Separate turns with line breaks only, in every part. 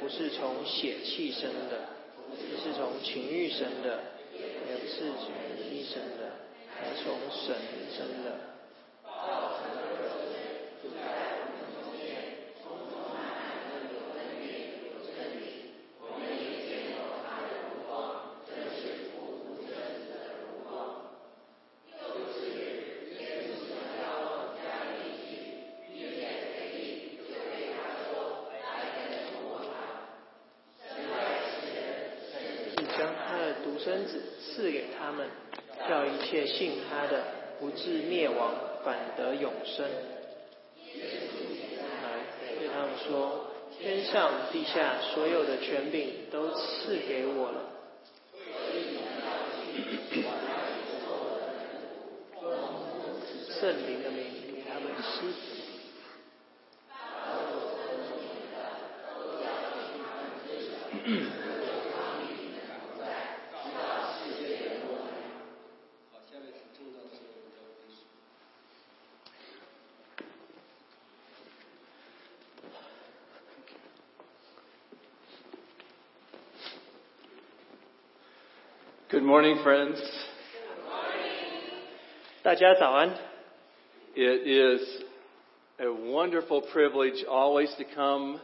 不是从血气生的，也是从情欲生的，也不是情欲生的，乃是从神生的。将他的独生子赐给他们，叫一切信他的不至灭亡，反得永生。来，对他们说：天上地下所有的权柄都赐给我了。圣灵的名给他们施慈。
好，下面是正道的文章分析。
Good morning, friends.
大家早安，
It is a wonderful privilege always to come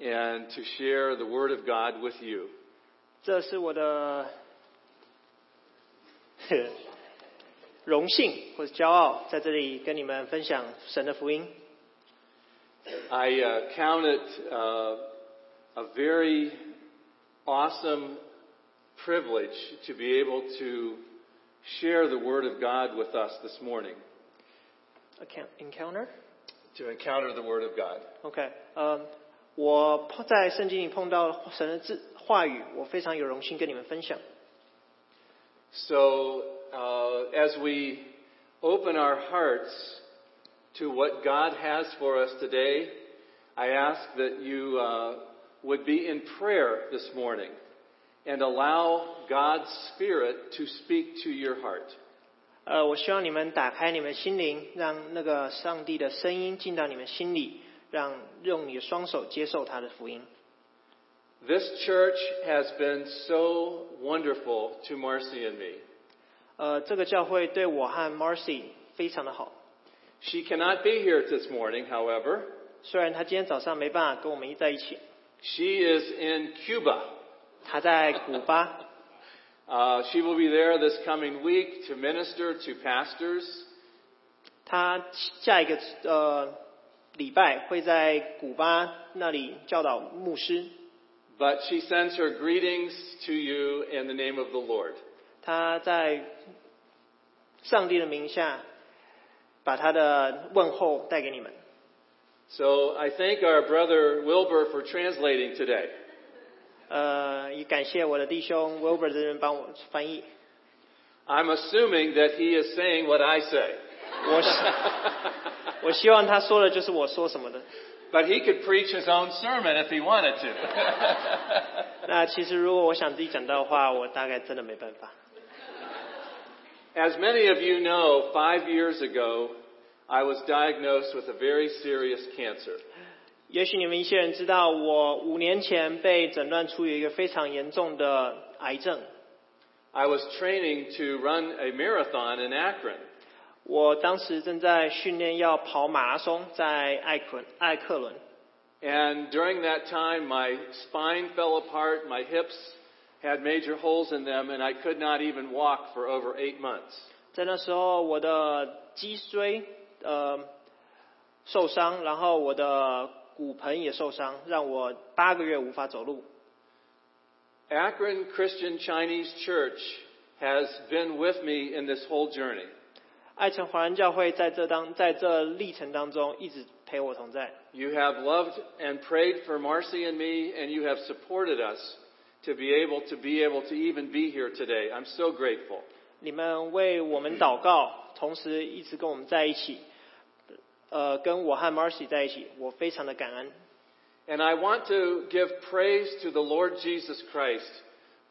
and to share the Word of God with you.
这是我的 荣幸或者骄傲，在这里跟你们分享神的福音。
I uh, count it uh, a very awesome privilege to be able to share the Word of God with us this morning,
Account- Encounter
to encounter the Word of God.
OK，呃，我碰在圣经里碰到神的字话语，我非常有荣幸跟你们分享。
So, uh, as we open our hearts to what God has for us today, I ask that you uh, would be in prayer this morning and allow God's Spirit to speak to your heart.
呃，我希望你们打开你们心灵，让那个上帝的声音进到你们心里，让用你的双手接受他的福音。
This church has been so wonderful to Marcy and me.
呃，这个教会对我和 Marcy 非常的好，
She cannot be here this morning, however.
虽然他今天早上没办法跟我们在一起，
She is in Cuba.
他在古巴，
Uh, she will be there this coming week to minister to pastors.
他下一个呃礼拜会在古巴那里教导牧师，
But she sends her greetings to you in the name of the Lord.
他在上帝的名下把他的问候带给你们。
So I thank our brother Wilbur for translating today.
呃，也感谢我的弟兄 Wilbur 这边帮我翻译。
I'm assuming that he is saying what I say.
我希我希望他说的就是我说什么的。
But he could preach his own sermon if he wanted to.
那其实如果我想自己讲到的话，我大概真的没办法。
As many of you know, five years ago, I was diagnosed with a very serious cancer.
也许你们一些人知道，我五年前被诊断出有一个非常严重的癌症。
I was training to run a marathon in Akron.
我当时正在训练要跑马拉松，在艾克艾克伦。
And during that time, my spine fell apart, my hips had major holes in them, and I could not even walk for over eight months.
在那时候，我的脊椎呃受伤，然后我的骨盆也受伤，让我八个月无法走路。
Akron Christian Chinese Church has been with me in this whole journey.
爱城华人教会在这当在这历程当中一直陪我同在。
You have loved and prayed for Marcy and me, and you have supported us to be able to be able to even be here today. I'm so grateful.
你们为我们祷告，同时一直跟我们在一起，呃，跟我和 Marcy 在一起，我非常的感恩。
And I want to give praise to the Lord Jesus Christ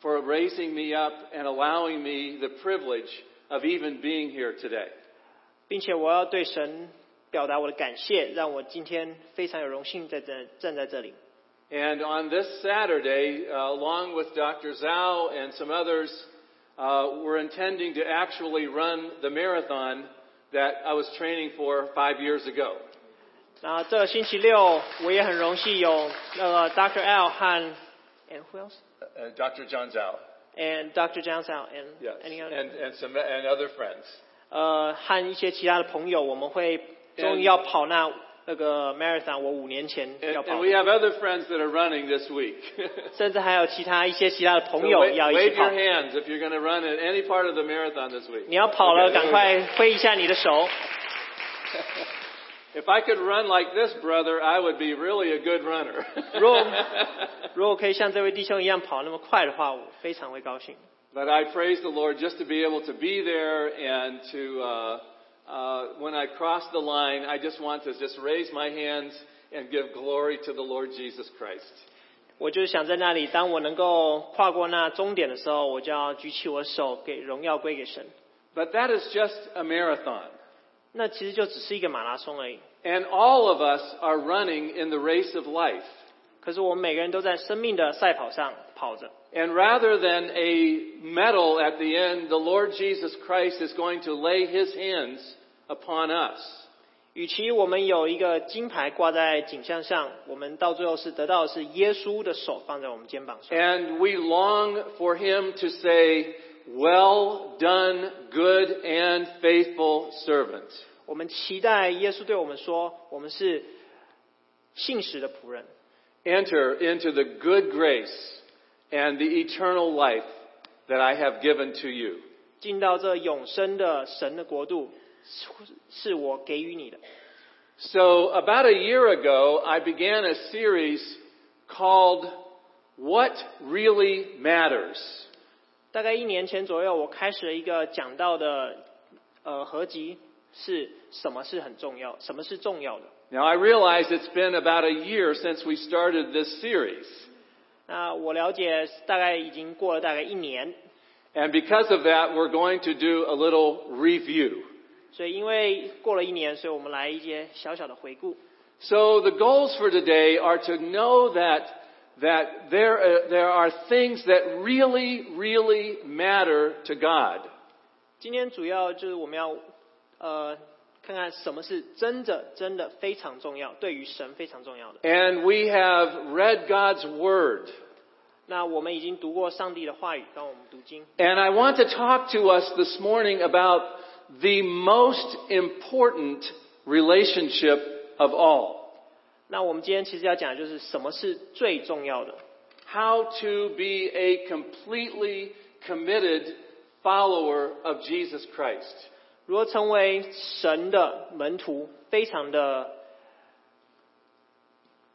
for raising me up and allowing me the privilege of even being here today.
并且我要对神表达我的感谢，让我今天非常有荣幸在这站在这里。
And on this Saturday, uh, along with Dr. Zhao and some others, uh, we're intending to actually run the marathon that I was training for five years ago.
那这个星期六我也很荣幸有那个 Dr. L 和 and who else
Uh, Dr. John Zhao,
and Dr. Johnson and
yes,
any other
and, and some and other friends.
呃和一些其他的朋友，我们会终于要跑那那个 marathon，我五年前
And,
要跑
and we，have other friends that are running this week. So
甚至还有其他一些其他的朋友
wave,
要一
wave
起跑
your。hands if you're going to run at any part of the marathon this week.
你要跑了，
Okay, there
赶
we
快
go.
挥一下你的手。
If I could run like this, brother, I would be really a good runner.
如果如果可以像这位弟兄一样跑那么快的话，我非常会高兴。
But I praise the Lord just to be able to be there and to, uh, uh, when I cross the line, I just want to just raise my hands and give glory to the Lord Jesus Christ.
我就是想在那里，当我能够跨过那终点的时候，我就要举起我的手，给荣耀归给神。
But that is just a marathon.
那其实就只是一个马拉松而已。
And all of us are running in the race of life.
可是我们每个人都在生命的赛跑上跑着。
And rather than a medal at the end, the Lord Jesus Christ is going to lay his hands upon us.
与其我们有一个金牌挂在颈项上，我们到最后是得到的是耶稣的手放在我们肩膀上。
And we long for him to say, Well done, good and faithful servant.
我们期待耶稣对我们说：“我们是信实的仆人，
Enter into the good grace and the eternal life that I have given to you.
进到这永生的神的国度，是是我给予你的。
So, about a year ago, I began a series called What Really Matters. ”
大概一年前左右，我开始了一个讲到的呃合集，是什么是很重要，什么是重要的。
Now, I realize it's been about a year since we started this series.
那我了解，大概已经过了大概一年，
And because of that, we're going to do a little review.
所以因为过了一年，所以我们来一些小小的回顾。
So the goals for today are to know that that there uh, there are things that really really matter to God.
今天主要就是我们要呃看看什么是真的真的非常重要，对于神非常重要的。
And we have read God's word.
那我们已经读过上帝的话语，让我们读经。
And I want to talk to us this morning about the most important relationship of all.
那我们今天其实要讲的就是什么是最重要的，
How to be a completely committed follower of Jesus Christ.
如何成为神的门徒，非常的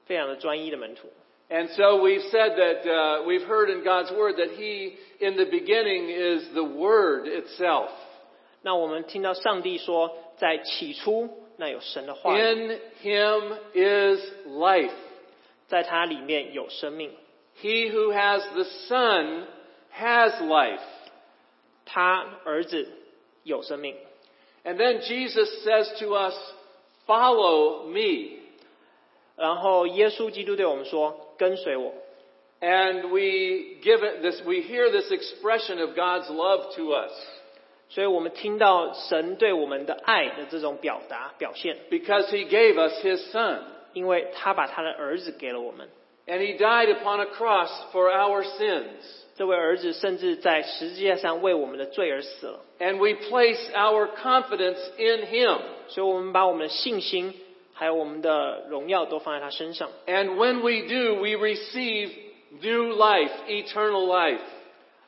非常的专一的门徒。
And so we've said that uh, we've heard in God's Word that He, in the beginning, is the Word itself.
那我们听到上帝说，在起初那有神的话语，
In Him is life.
在它里面有生命，
He who has the Son has life.
他儿子有生命。
And then Jesus says to us, Follow me.
然后耶稣基督对我们说：“跟随我。
And we give it this, we hear this expression of God's love to us ”
所以，我们听到神对我们的爱的这种表达表现，
because He gave us His Son.
因为他把他的儿子给了我们。
And He died upon a cross for our sins.
这位儿子甚至在十字架上为我们的罪而死了，
and we place our confidence in Him.
所以我们把我们的信心还有我们的荣耀都放在他身上。
And when we do, we receive new life, eternal life.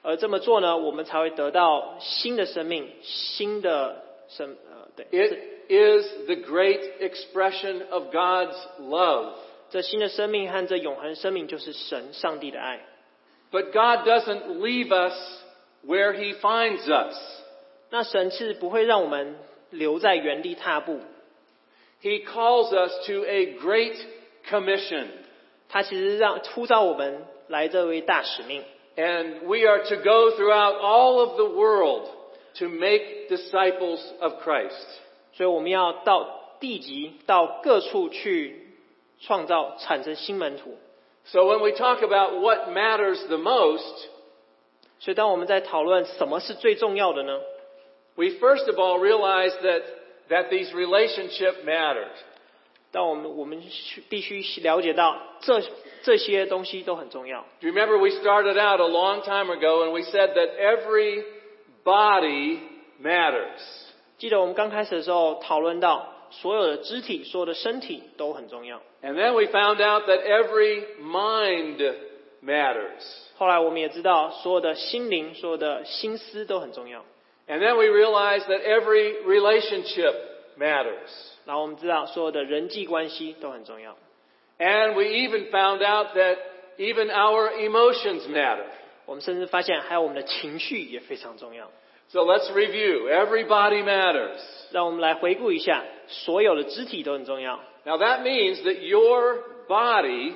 而这么做呢，我们才会得到新的生命，新的生呃，对，这
It is the great expression of God's love.
这新的生命和这永恒生命就是神上帝的爱。
But God doesn't leave us where He finds us.
那神是不会让我们留在原地踏步，
He calls us to a great commission.
他其实让呼召我们来这位大使命，
And we are to go throughout all of the world to make disciples of Christ.
所以我们要到地级，到各处去创造，产生新门徒。
So when we talk about what matters the most,
所以当我们在讨论什么是最重要的呢？
we first of all realize that, that these relationship matters.
但我们我们需必须了解到这这些东西都很重要。
Do you remember we started out a long time ago and we said that every body matters.
记得我们刚开始的时候讨论到，所有的肢体、所有的身体都很重要。
And then we found out that every mind matters.
后来我们也知道，所有的心灵、所有的心思都很重要。
And then we realized that every relationship matters.
然后我们知道，所有的人际关系都很重要。
And we even found out that even our emotions matter.
我们甚至发现，还有我们的情绪也非常重要。
So let's review. Everybody matters.
让我们来回顾一下，所有的肢体都很重要。
Now that means that your body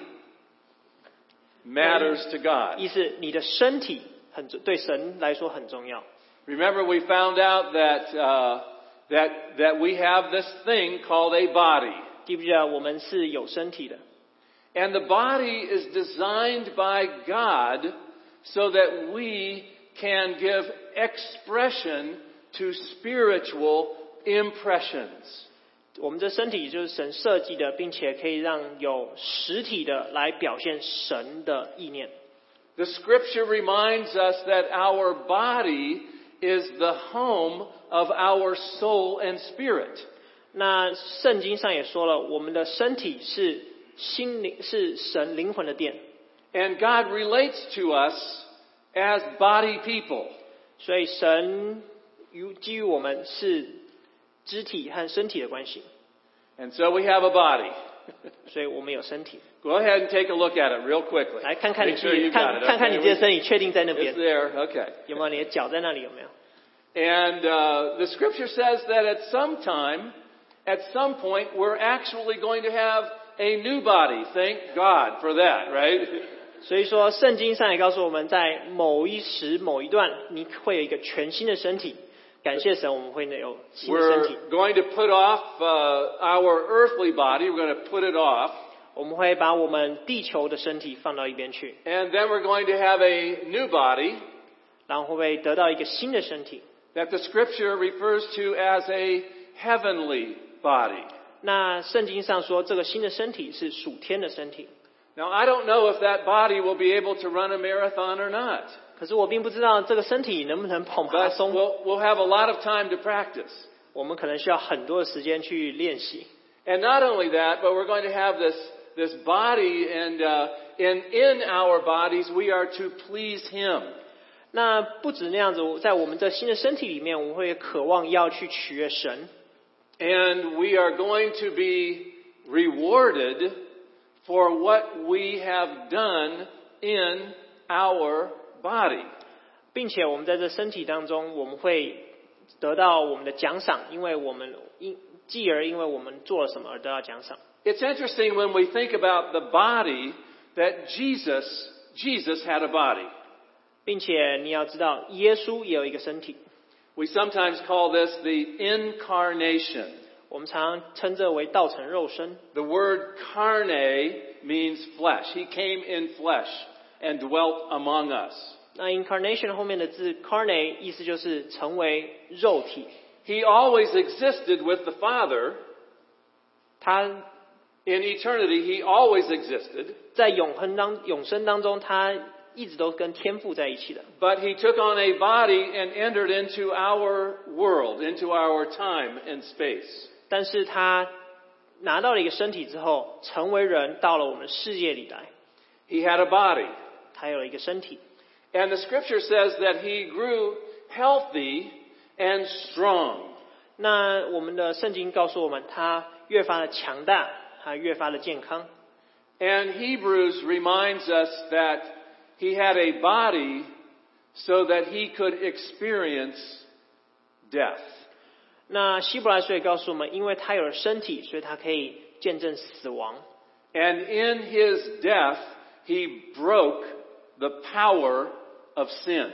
matters to God.
意思，你的身体很重对神来说很重要。
Remember, we found out that uh, that that we have this thing called a body,
记不记得我们是有身体的？
and the body is designed by God so that we can give expression to spiritual impressions.
我们这身体就是神设计的，并且可以让有实体的来表现神的意念。
The scripture reminds us that our body is the home of our soul and spirit.
那圣经上也说了，我们的身体是心灵，是神灵魂的殿，
And God relates to us as body people.
所以神于基于我们是肢体和身体的关系，
And so we have a body.
所以我们有身体。
Go ahead and take a look at it real quickly.
来看看你
Make
自
sure
己，
you got
看
it.
看看
okay?
你自己的
We-
身体，确定在那
It's
边
there. Okay.
有没有？你的脚在那里有没有？
And uh, the scripture says that at some time, at some point, we're actually going to have a new body. Thank God for that, right?
所以说，圣经上也告诉我们在某一时某一段，你会有一个全新的身体。感谢神，我们会有新的身体，
We're going to put off uh, our earthly body. We're going to put it off.
我们会把我们地球的身体放到一边去，
And then we're going to have a new body
然后会不会得到一个新的身体？
that the scripture refers to as a heavenly body.
那圣经上说，这个新的身体是属天的身体。
Now, I don't know if that body will be able to run a marathon or not,
可是我并不知道这个身体能不能跑马拉
but
松，
we'll, we'll have a lot of time to practice.
我们可能需要很多的时间去练习。
And not only that, but we're going to have this, this body, and uh, in, in our bodies, we are to please Him.
那不止那样子，在我们这新的身体里面，我们会渴望要去取悦神，
And we are going to be rewarded for what we have done in our body.
并且我们在这身体当中，我们会得到我们的奖赏，因为我们因继而因为我们做了什么而得到奖赏。
It's interesting when we think about the body that Jesus, Jesus had a body.
并且你要知道，耶稣也有一个身体，
We sometimes call this the incarnation.
我们常常称这为道成肉身。
The word carne means flesh. He came in flesh and dwelt among us.
那 incarnation 后面的字 carne 意思就是成为肉体，
He always existed with the Father.
他
In eternity, he always existed,
在永恒当永生当中，他一直都跟天父在一起的。
but he took on a body and entered into our world, into our time and space.
但是他拿到了一个身体之后，成为人到了我们世界里来，
He had a body.
他有了一个身体。
And the scripture says that he grew healthy and strong.
那我们的圣经告诉我们，他越发的强大，他越发的健康。
And Hebrews reminds us that he had a body so that he could experience death.
那希伯来书也告诉我们，因为他有了身体，所以他可以见证死亡。
And in his death, he broke the power of sin.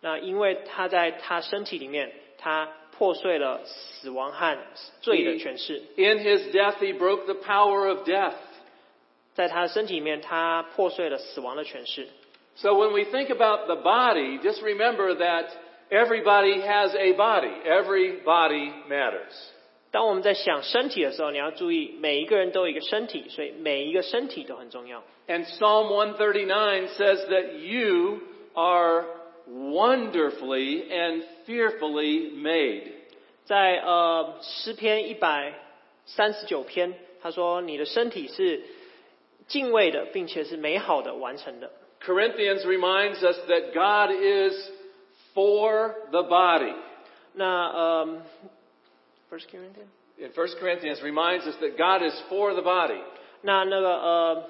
那因为他在他身体里面，他破碎了死亡和罪的权势。
In his death, he broke the power of death.
在他的身体里面，他破碎了死亡的权势。
So when we think about the body, just remember that everybody has a body. Every body matters.
当我们在想身体的时候，你要注意，每一个人都有一个身体，所以每一个身体都很重要。
And Psalm 139 says that you are wonderfully and fearfully made.
在呃诗篇一百三十九篇，他说：“你的身体是敬畏的，并且是美好的完成的。
Corinthians reminds us that God is for the body. ”
那呃，First Corinthians，
In 1 Corinthians reminds us that God is for the body.
那那个呃，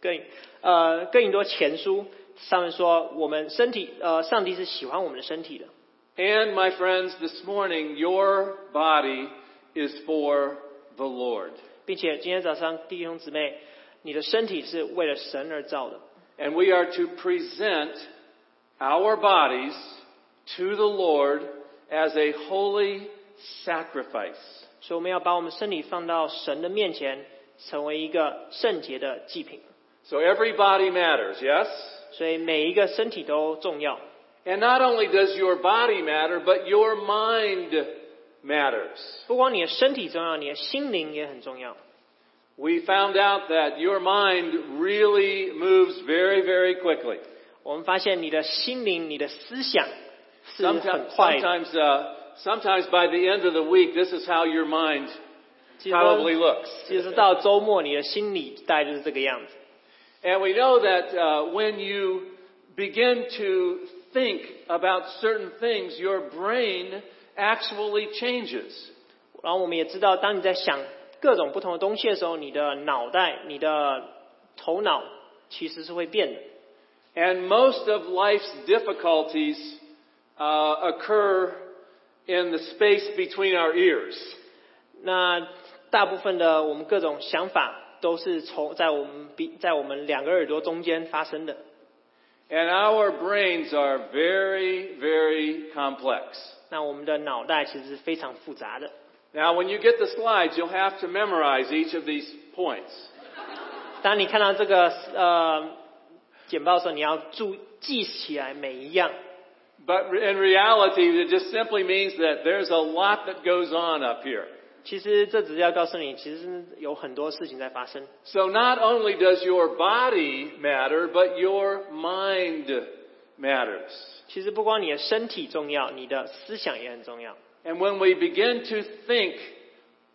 更呃更多前书上面说，我们身体呃，上帝是喜欢我们的身体的。
And my friends, this morning your body is for the Lord.
并且今天早上，弟兄姊妹，你的身体是为了神而造的，
And we are to present our bodies to the Lord as a holy sacrifice.
所以我们要把我们身体放到神的面前，成为一个圣洁的祭品。
So every body matters, yes?
所以每一个身体都重要，
And not only does your body matter, but your mind matters.
不光你的身体重要，你的心灵也很重要。
We found out that your mind really moves very, very quickly.
我们发现你的心灵、你的思想是很
Sometimes,
快的，
sometimes, uh, sometimes by the end of the week, this is how your mind
其实
probably looks.
其实到周末，你的心理大概就是这个样子。
And we know that uh, when you begin to think about certain things, your brain actually changes.
然后我们也知道，当你在想各种不同的东西的时候，你的脑袋、你的头脑其实是会变的。
And most of life's difficulties uh, occur in the space between our ears.
那大部分的我们各种想法都是从在我们鼻在我们两个耳朵中间发生的，
And our brains are very, very complex.
那我们的脑袋其实是非常复杂的。
Now, when you get the slides, you'll have to memorize each of these points.
当你看到这个呃简报的时候，你要注记起来每一样。
But re- in reality, it just simply means that there's a lot that goes on up here.
其实这只是要告诉你，其实有很多事情在发生。
So not only does your body matter, but your mind matters.
其实不光你的身体重要，你的思想也很重要。
And when we begin to think,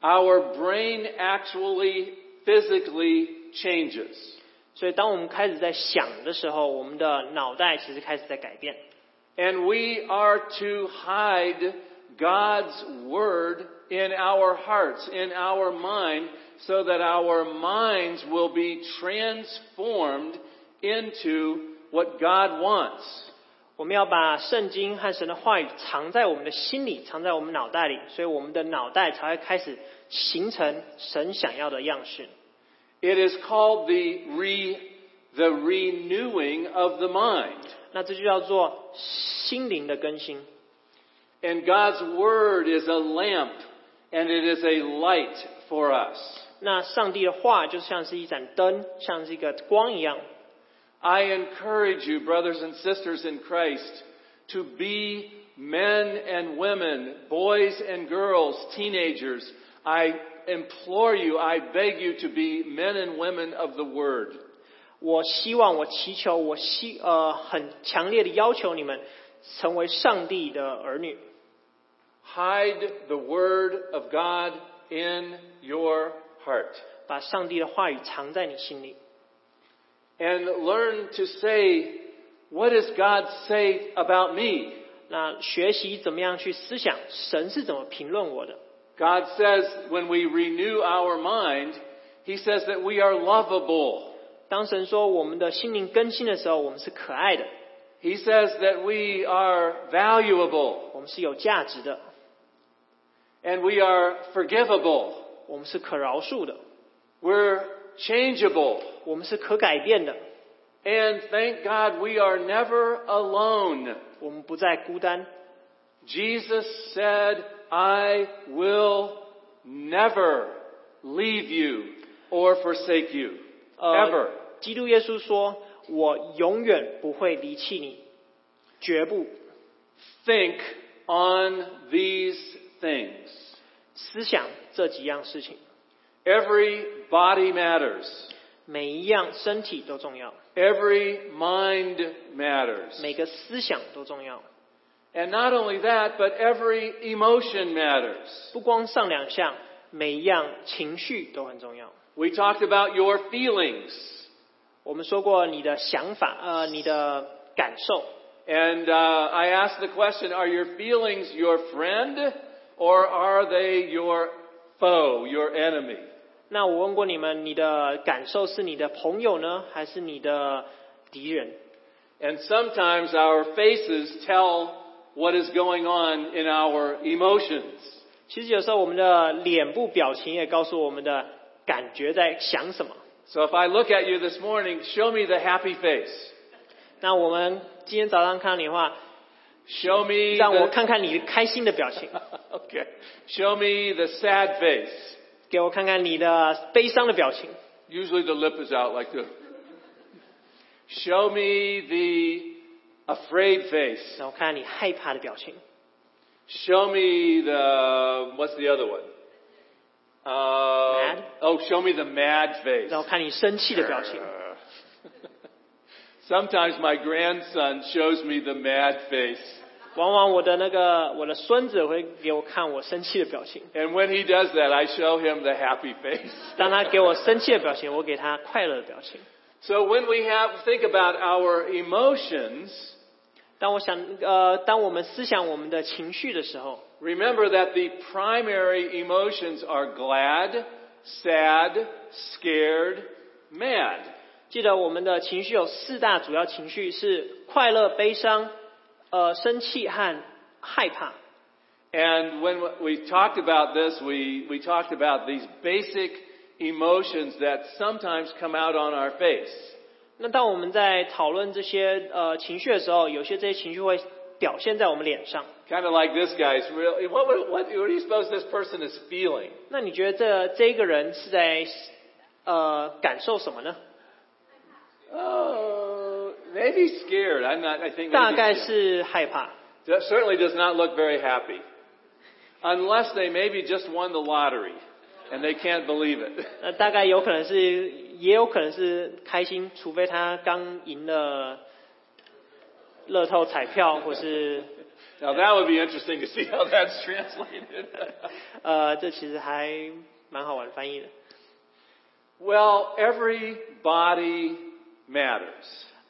our brain actually physically changes.
所以，当我们开始在想的时候，我们的脑袋其实开始在改变。
And we are to hide God's Word in our hearts, in our mind, so that our minds will be transformed into what God wants.
我们要把圣经和神的话语藏在我们的心里，藏在我们脑袋里，所以我们的脑袋才会开始形成神想要的样式。
It is called the re, the renewing of the mind.
那这就叫做心灵的更新。
And God's word is a lamp and it is a light for us.
那上帝的话就像是一盏灯，像是一个光一样。
I encourage you, brothers and sisters in Christ, to be men and women, boys and girls, teenagers. I implore you, I beg you to be men and women of the word.
我希望，我祈求，我希呃很强烈的要求你们成为上帝的儿女，
Hide the word of God in your heart.
把上帝的话语藏在你心里。
and learn to say, what does God say about me?
那学习怎么样去思想神是怎么评论我的。
God says when we renew our mind, He says that we are lovable.
当神说我们的心灵更新的时候，我们是可爱的，
He says that we are valuable
我们是有价值的，
and we are forgivable.
我们是可饶恕的，
We're changeable.
我们是可改变的，
And thank God we are never alone.
我们不再孤单。
Jesus said, I will never leave you or forsake you.
呃
Ever.，
基督耶稣说：“我永远不会离弃你，绝不。
Think on these things. ”
思想这几样事情，
Every body matters.
每一样身体都重要，
Every mind matters.
每个思想都重要。
And not only that, but every emotion matters.
不光上两项，每一样情绪都很重要。
We talked about your feelings.
我们说过你的想法，呃，你的感受。
And uh, I asked the question are your feelings your friend or are they your foe, your enemy?
那我问过你们，你的感受是你的朋友呢，还是你的敌人？
And sometimes our faces tell what is going on in our emotions.
其实有时候我们的脸部表情也告诉我们的感觉在想什么。
So if I look at you this morning, show me the happy face.
那我们今天早上看你的话，
Show me
让我
the,
看看你开心的表情，
okay. Show me the sad face.
给我看看你的悲伤的表情，
Usually the lip is out like this. Show me the afraid face.
让我看看你害怕的表情，
Show me the what's the other one? Uh,
Mad?
Oh, show me the mad face.
让我看你生气的表情。
Sometimes my grandson shows me the mad face,
往往我的那个我的孙子会给我看我生气的表情，
and when he does that, I show him the happy face.
当他给我生气的表情，我给他快乐的表情。
So when we have think about our emotions,
当我想呃，当我们思想我们的情绪的时候，
remember that the primary emotions are glad, sad, scared, mad.
记得我们的情绪有四大主要情绪是快乐、悲伤、呃生气和害怕。
And when we talked about this, we, we talked about these basic emotions that sometimes come out on our face.
那当我们在讨论这些呃情绪的时候，有些这些情绪会表现在我们脸上。
Kind of like this guy's real. What, would- what, what do you suppose this person is feeling?
那你觉得这这一个人是在呃感受什么呢？
Oh, maybe scared. I'm not. I think
大概
maybe scared.
是害怕，
That certainly does not look very happy, unless they maybe just won the lottery and they can't believe it.
那呃大概有可能是，也有可能是开心，除非他刚赢了乐透彩票或是
Now that would be interesting to see how that's translated.
呃，这其实还蛮好玩翻译的。
Well, every body matters.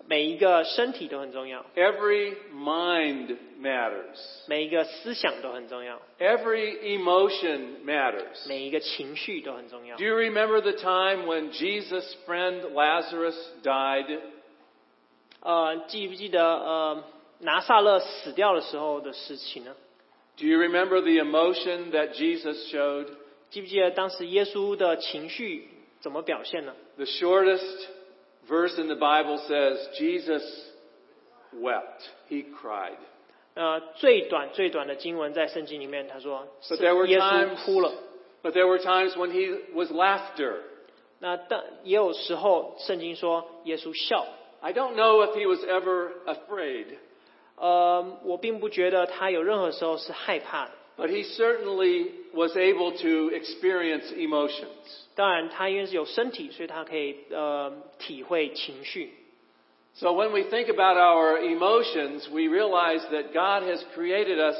每一个身体都很重要，
Every mind matters.
每一个思想都很重要，
Every emotion matters.
每一个情绪都很重要
Do。you remember the time when Jesus' friend Lazarus died?
呃，记不记得呃拿撒勒死掉的时候的事情呢？
Do you remember the emotion that Jesus showed?
记不记得当时耶稣的情绪怎么表现呢？
The shortest verse in the Bible says Jesus wept. He cried.
呃，最短最短的经文在圣经里面，他说是
But there were
耶
times-
稣哭了。
But there were times when he was laughter.
那但也有时候圣经说耶稣笑。
I don't know if he was ever afraid.
呃，我并不觉得他有任何时候是害怕的。
But he certainly was able to experience emotions.
当然，他因为是有身体，所以他可以呃体会情绪。
So when we think about our emotions, we realize that God has created us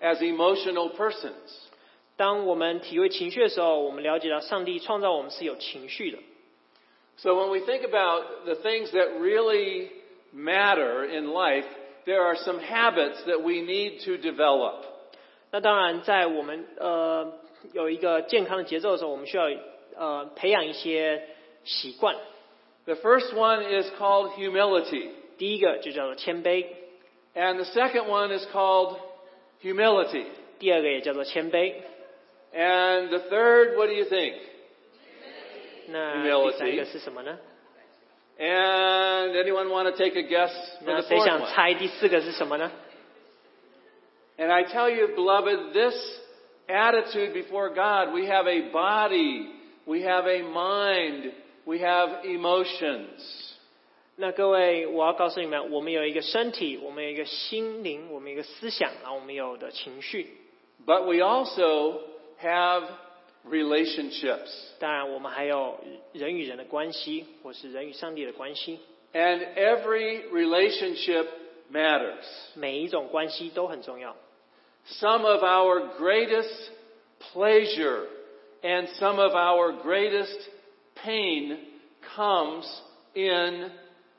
as emotional persons.
当我们体会情绪的时候，我们了解到上帝创造我们是有情绪的。
So when we think about the things that really matter in life, there are some habits that we need to develop.
那当然，在我们呃有一个健康的节奏的时候，我们需要呃培养一些习惯。
The first one is called humility,
第一个就叫做谦卑，
and the second one is called humility.
第二个也叫做谦卑。
And the third, what do you think?
那
Humility
第三个是什么呢？
And anyone want to take a guess for
那
the
谁
fourth
想
one?
猜第四个是什么呢？
And I tell you, beloved, this attitude before God, we have a body We have a mind. We have emotions.
那各位，我要告诉你们，我们有一个身体，我们有一个心灵，我们有一个思想，然后我们有的情绪。
But we also have relationships.
当然，我们还有人与人的关系，或是人与上帝的关系。
And every relationship matters.
每一种关系都很重要。
Some of our greatest pleasure and some of our greatest pain comes in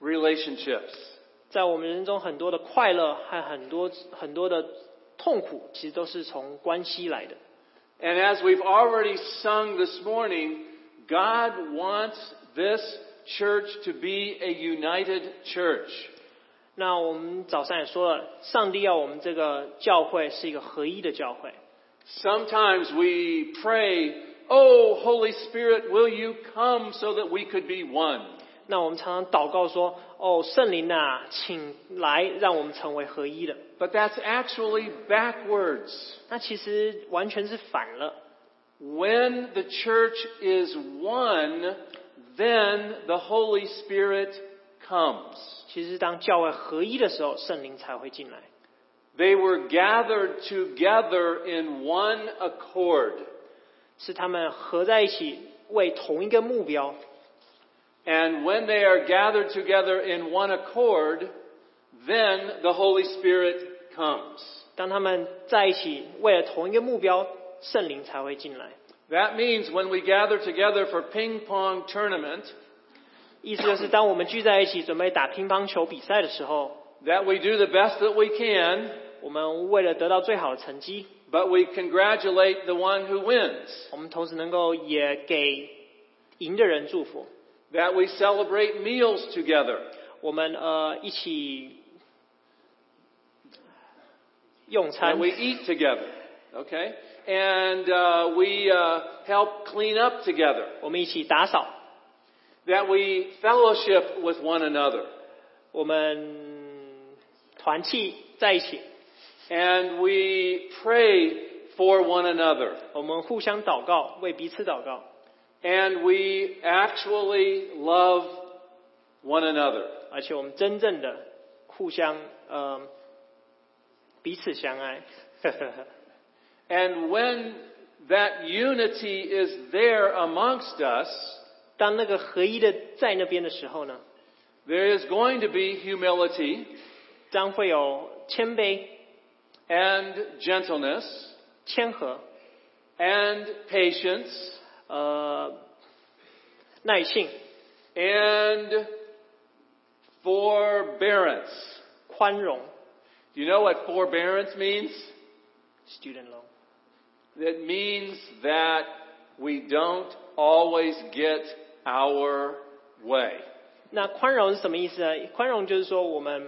relationships.
在我们人生中，很多的快乐和很多很多的痛苦，其实都是从关系来的。
And as we've already sung this morning, God wants this church to be a united church.
那我们早上也说了，上帝要我们这个教会是一个合一的教会。
Sometimes we pray, Oh, Holy Spirit, will you come so that we could be one?
那我们常常祷告说：“哦，圣灵啊，请来，让我们成为合一的。
But that's actually backwards. ”
那其实完全是反了。
When the church is one, then the Holy Spirit comes.
其实当教会合一的时候，圣灵才会进来。
They were gathered together in one accord.
是他们合在一起为同一个目标。
And when they are gathered together in one accord, then the Holy Spirit comes.
当他们在一起为了同一个目标，圣灵才会进来。
That means when we gather together for ping pong tournament,
意思就是，当我们聚在一起准备打乒乓球比赛的时候，
that we do the best that we can,
我们为了得到最好的成绩，
but we congratulate the one who wins.
我们同时能够也给赢的人祝福。
That we celebrate meals together.
我们呃一起用餐
That，we eat together. Okay? And uh, we uh, help clean up together.
我们一起打扫，
That we fellowship with one another.
我们团契在一起，
And we pray for one another.
我们互相祷告，为彼此祷告，
And we actually love one another.
而且我们真正的互相呃彼此相爱。
And when that unity is there amongst us,
当那个合一的在那边的时候呢，
there is going to be humility
将会有谦卑、
and gentleness
谦和、
and patience
呃耐性、
and forbearance.
宽容。
Do you know what forbearance means?
Student loan。
It means that we don't always get our way.
那宽容是什么意思呢？宽容就是说我们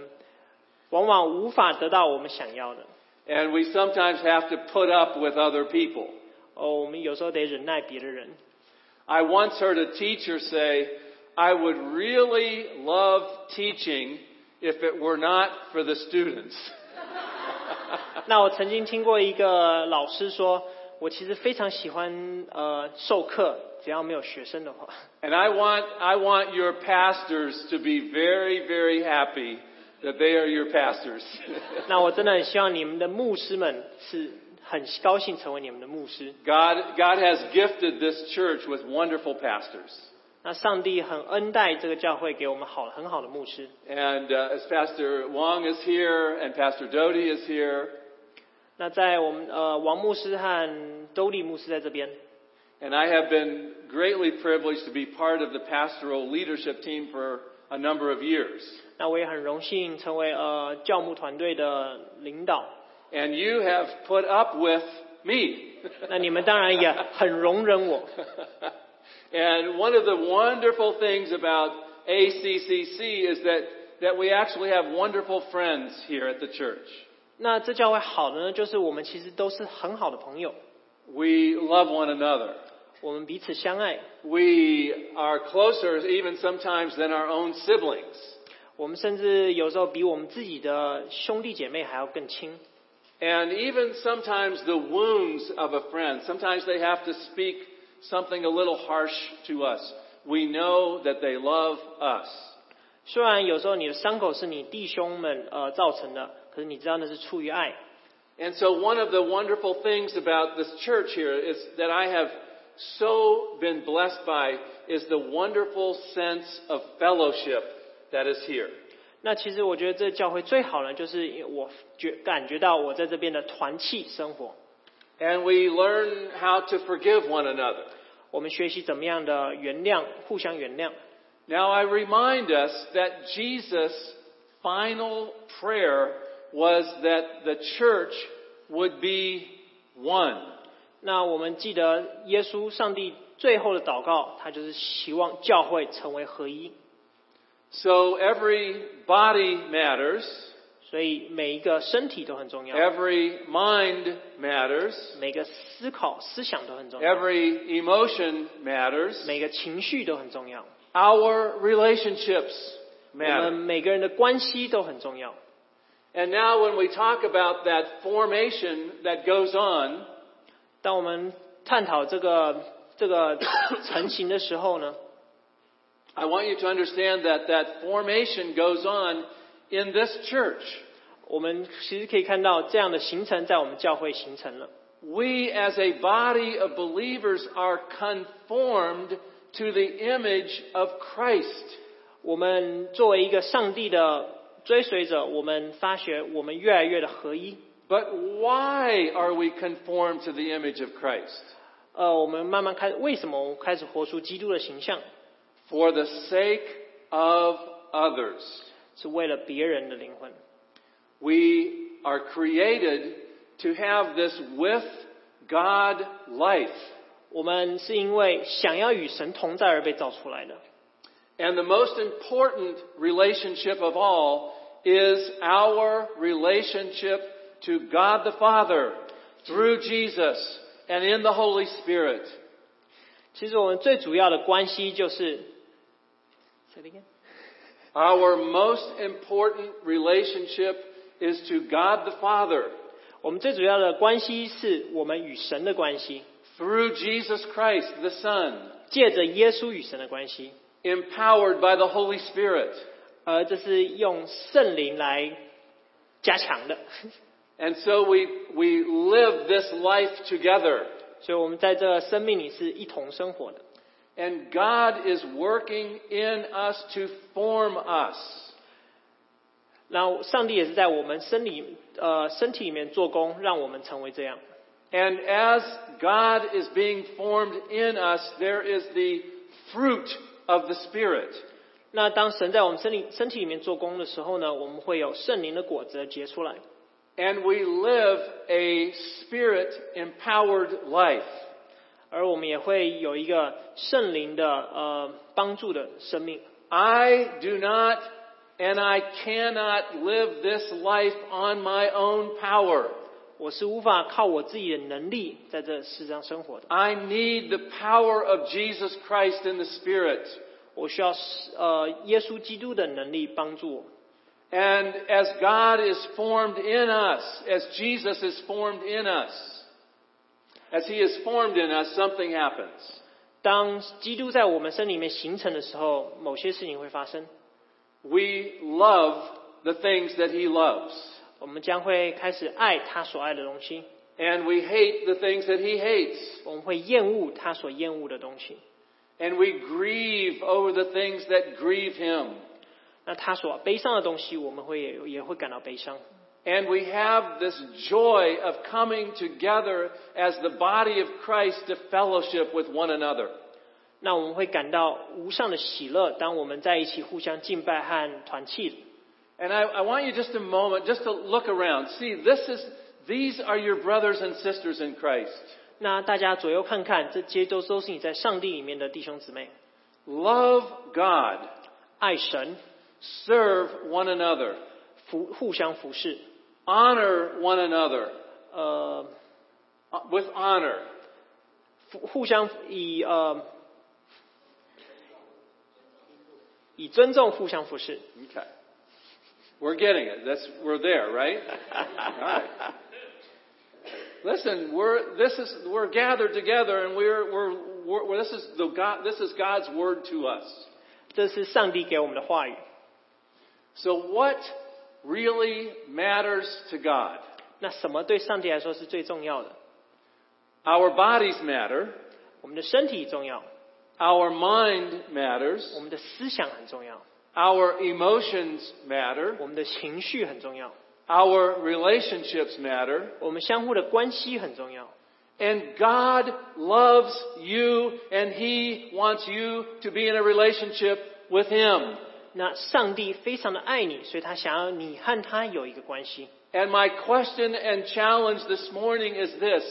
往往无法得到我们想要的，
And we sometimes have to put up with other people.
哦，我们有时候得忍耐别的人。
I once heard a teacher say, I would really love teaching if it were not for the students.
那我曾经听过一个老师说，我其实非常喜欢呃授课，只要没有学生的话。
And I want, I want your pastors to be very, very happy that they are your pastors.
那我真的很希望你们的牧师们是很高兴成为你们的牧师。
God, God has gifted this church with wonderful pastors.
那上帝很恩待这个教会给我们好很好的牧师。
And uh, as Pastor Wong is here and Pastor Doty is here,
那在我们呃王牧师和周立牧师在这边，
And I have been greatly privileged to be part of the pastoral leadership team for a number of years.
那我也很荣幸成为呃教牧团队的领导。
And you have put up with me.
那你们当然也很容忍我。
and one of the wonderful things about ACCC is that, that we actually have wonderful friends here at the church.
那这教会好的呢，就是我们其实都是很好的朋友，
We love one another.
我们彼此相爱，
We are closer even sometimes than our own siblings.
我们甚至有时候比我们自己的兄弟姐妹还要更亲。
And even sometimes the wounds of a friend, sometimes they have to speak something a little harsh to us, we know that they love us.
虽然有时候你的伤口是你弟兄们呃造成的，可是你知道那是出于爱。
And so one of the wonderful things about this church here is that I have so been blessed by is the wonderful sense of fellowship that is here.
那其实我觉得这教会最好呢，就是我觉感觉到我在这边的团契生活，
And we learn how to forgive one another.
我们学习怎么样的原谅，互相原谅。
Now I remind us that Jesus' final prayer was that the church would be one.
那我们记得耶稣上帝最后的祷告，他就是希望教会成为合一，
So every body matters,
所以每一个身体都很重要，
every mind matters,
每个思考思想都很重要，
every emotion matters,
每个情绪都很重要，
our relationships
我们
matter.
每个人的关系都很重要。
And now when we talk about that formation that goes on,
当我们探讨这个这个 成型的时候呢，
I want you to understand that that formation goes on in this church.
我们其实可以看到这样的形成在我们教会形成了。
We as a body of believers are conformed to the image of Christ.
我们作为一个上帝的追随者，我们发觉我们越来越的合一。
But why are we conformed to the image of Christ?
呃，我们慢慢开，为什么我们开始活出基督的形象？
For the sake of others.
是为了别人的灵魂。
We are created to have this with God life.
我们是因为想要与神同在而被造出来的。
And the most important relationship of all is our relationship to God the Father through Jesus and in the Holy Spirit.
其实我们最主要的关系就是，
Our most important relationship is to God the Father
我们最主要的关系是我们与神的关系，
through Jesus Christ the Son,
借着耶稣与神的关系，
empowered by the Holy Spirit.
而这是用圣灵来加强的。
And so we, we live this life together.
所以我们在这生命里是一同生活的，
And God is working in us to form us.
然后上帝也是在我们身里呃身体里面做工，让我们成为这样。
And as God is being formed in us, there is the fruit of the Spirit.
那当神在我们身里身体里面做工的时候呢，我们会有圣灵的果子结出来，
And we live a spirit empowered life.
而我们也会有一个圣灵的呃帮助的生命。
I do not and I cannot live this life on my own power.
我是无法靠我自己的能力在这世上生活的，
I need the power of Jesus Christ in the Spirit.
我需要呃耶稣基督的能力帮助我。
And as God is formed in us, as Jesus is formed in us, as He is formed in us, something happens.
当基督在我们身里面形成的时候，某些事情会发生，
We love the things that He loves,
我们将会开始爱他所爱的东西，
and we hate the things that He hates,
我们会厌恶他所厌恶的东西，
and we grieve over the things that grieve Him,
那他所悲伤的东西，我们会也也会感到悲伤。
and we have this joy of coming together as the body of Christ to fellowship with one another.
那我们会感到无上的喜乐，当我们在一起互相敬拜和团契。
And I, I want you just a moment, just to look around. See, this is, these are your brothers and sisters in Christ.
那大家左右看看，这些都都是你在上帝里面的弟兄姊妹，
Love God.
爱神，
Serve one another.
服互相服侍，
Honor one another
呃，
uh, with honor.
服互相以呃以尊重互相服侍。
Okay. We're getting it. That's, we're there, right? All right. Listen, we're, this is, we're gathered together and we're, we're word. Well, this is the God. This is God's word to us.
这是上帝给我们的话语。
So, what really matters to God?
那什么对上帝来说是最重要的？
Our bodies matter.
我们的身体重要，
Our mind matters.
我们的思想很重要，
Our emotions matter.
我们的情绪很重要，
Our relationships matter.
我们相互的关系很重要。
And God loves you and He wants you to be in a relationship with Him.
那上帝非常的爱你，所以他想要你和他有一个关系。
And my question and challenge this morning is this.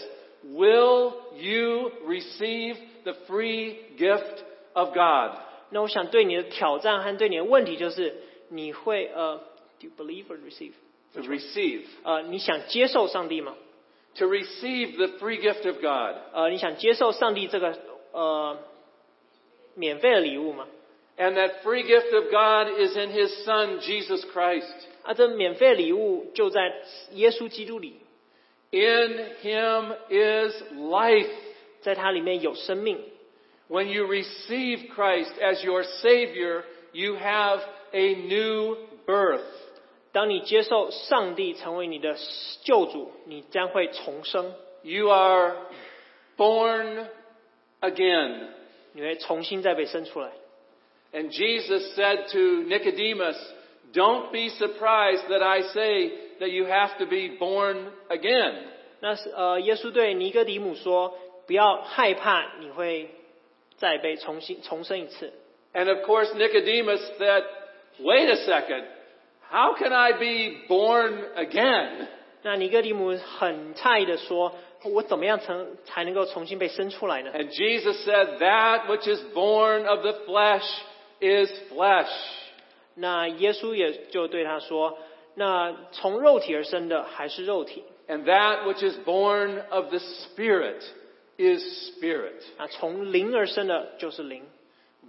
Will you receive the free gift of God?
那我想对你的挑战和对你的问题就是，你会呃，do you believe or receive？
To receive.
呃，你想接受上帝吗？
To receive the free gift of God.
呃，你想接受上帝这个呃免费的礼物吗？
And that free gift of God is in His Son, Jesus Christ.
啊，这免费的礼物就在耶稣基督里，
In Him is life.
在它里面有生命。
When you receive Christ as your Savior, you have a new birth.
当你接受上帝成为你的救主，你将会重生，
You are born again.
你会重新再被生出来。
And Jesus said to Nicodemus, Don't be surprised that I say that you have to be born again.
那是呃，耶稣对尼哥底母说：“不要害怕，你会再被重新重生一次。
And of course, Nicodemus said, Wait a second, how can I be born again? ”
那尼哥底母很诧异的说：“我怎么样成才能够重新被生出来呢
And Jesus said, That which is born of the flesh is flesh.？”
那耶稣也就对他说：“那从肉体而生的还是肉体，
And that which is born of the Spirit is spirit.
啊，从灵而生的就是灵。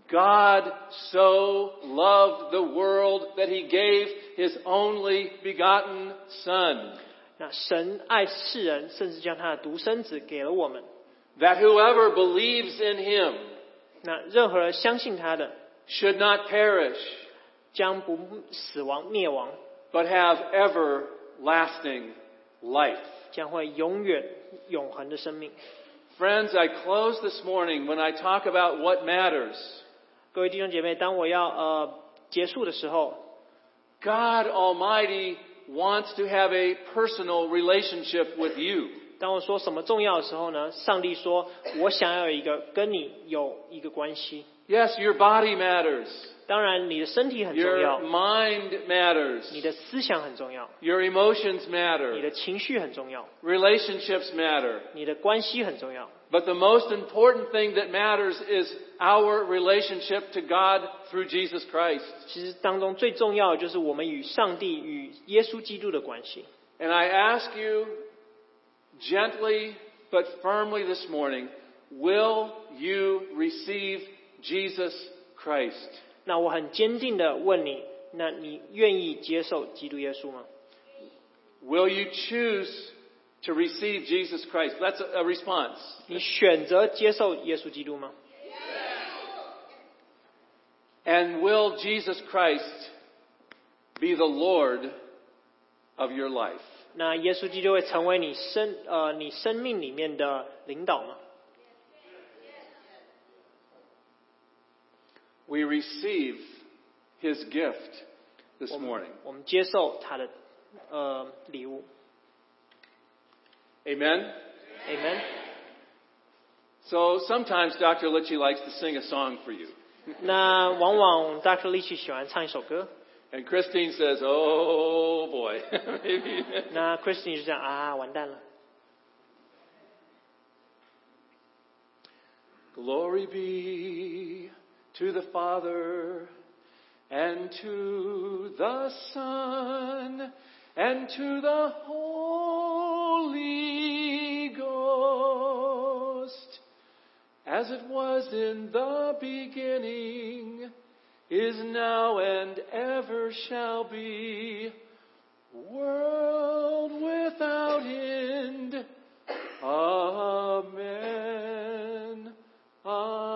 God so loved the world that he gave his only begotten Son,
那神爱世人，甚至将他的独生子给了我们。
that whoever believes in him
那任何人相信他的，
should not perish,
将不死亡灭亡，
but have everlasting life.
将会永远永恒的生命。
Friends, I close this morning when I talk about what matters.
各位弟兄姐妹，当我要呃结束的时候，
God Almighty wants to have a personal relationship with you.
当我说什么重要的时候呢？上帝说：“我想要有一个跟你有一个关系。
Yes, your body matters.
当然，你的身体很重要
Your，mind matters.
你的思想很重要，
Your emotions
你
matter.
的情绪很重要，
Relationships matter.
你的关系很重要。
But the most important thing that matters is our relationship to God through Jesus Christ.
其实当中最重要的就是我们与上帝、与耶稣基督的关系。
And I ask you gently but firmly this morning, will you receive Jesus Christ?
那我很坚定的问你，那你愿意接受基督耶稣吗？
Will you choose to receive Jesus Christ? That's a- a response.
你选择接受耶稣基督吗？
And will Jesus Christ be the Lord of your life?
那耶稣基督会成为你生呃你生命里面的领导吗？
We receive his gift this
我们
morning.
我们接受他的呃礼物
Amen?
，amen。
So sometimes Dr. Litchie likes to sing a song for you.
那往往 Dr. l e a c h 喜欢唱一首歌，
And Christine says, Oh boy. Maybe.
那 Christine 就这样啊，完蛋了。
Glory be to the Father and to the Son and to the Holy Ghost. As it was in the beginning, is now and ever shall be, world without end. Amen. Amen.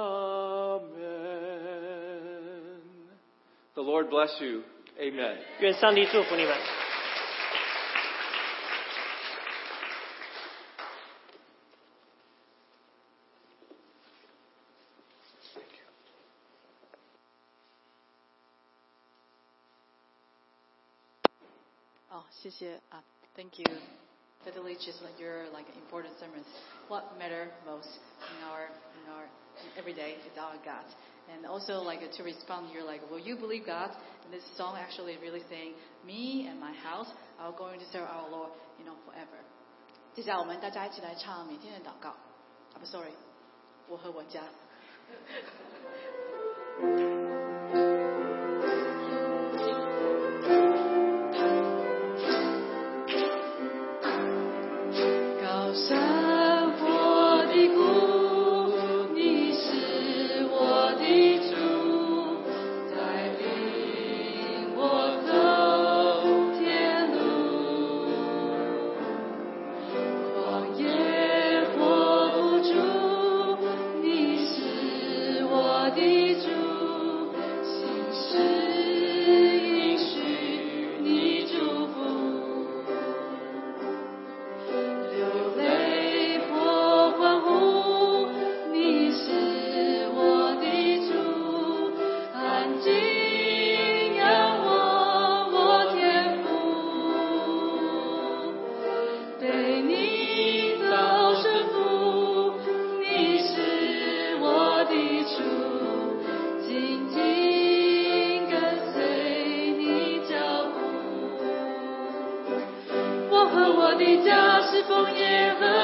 Lord bless you. Amen.
愿上帝祝福你们。
哦，Oh, 谢谢啊，Thank you. Totally, just like you're like important sermons. What matter most in our in our in every day is our God. And also like to respond, you're like, will you believe God? And this song actually really saying, me and my house are going to serve our Lord, you know, forever. 接下来我们大家一起来唱每天的祷告。啊，不，sorry，我和我家。高山我的故，你是我的主，带领我走天路。旷野活不住，你是我的主，心事应许你祝福。流泪或欢呼，你是我的主，安静仰望我天父，被你造神父，你是我的主，紧紧跟随你脚步。我和我的家是枫叶和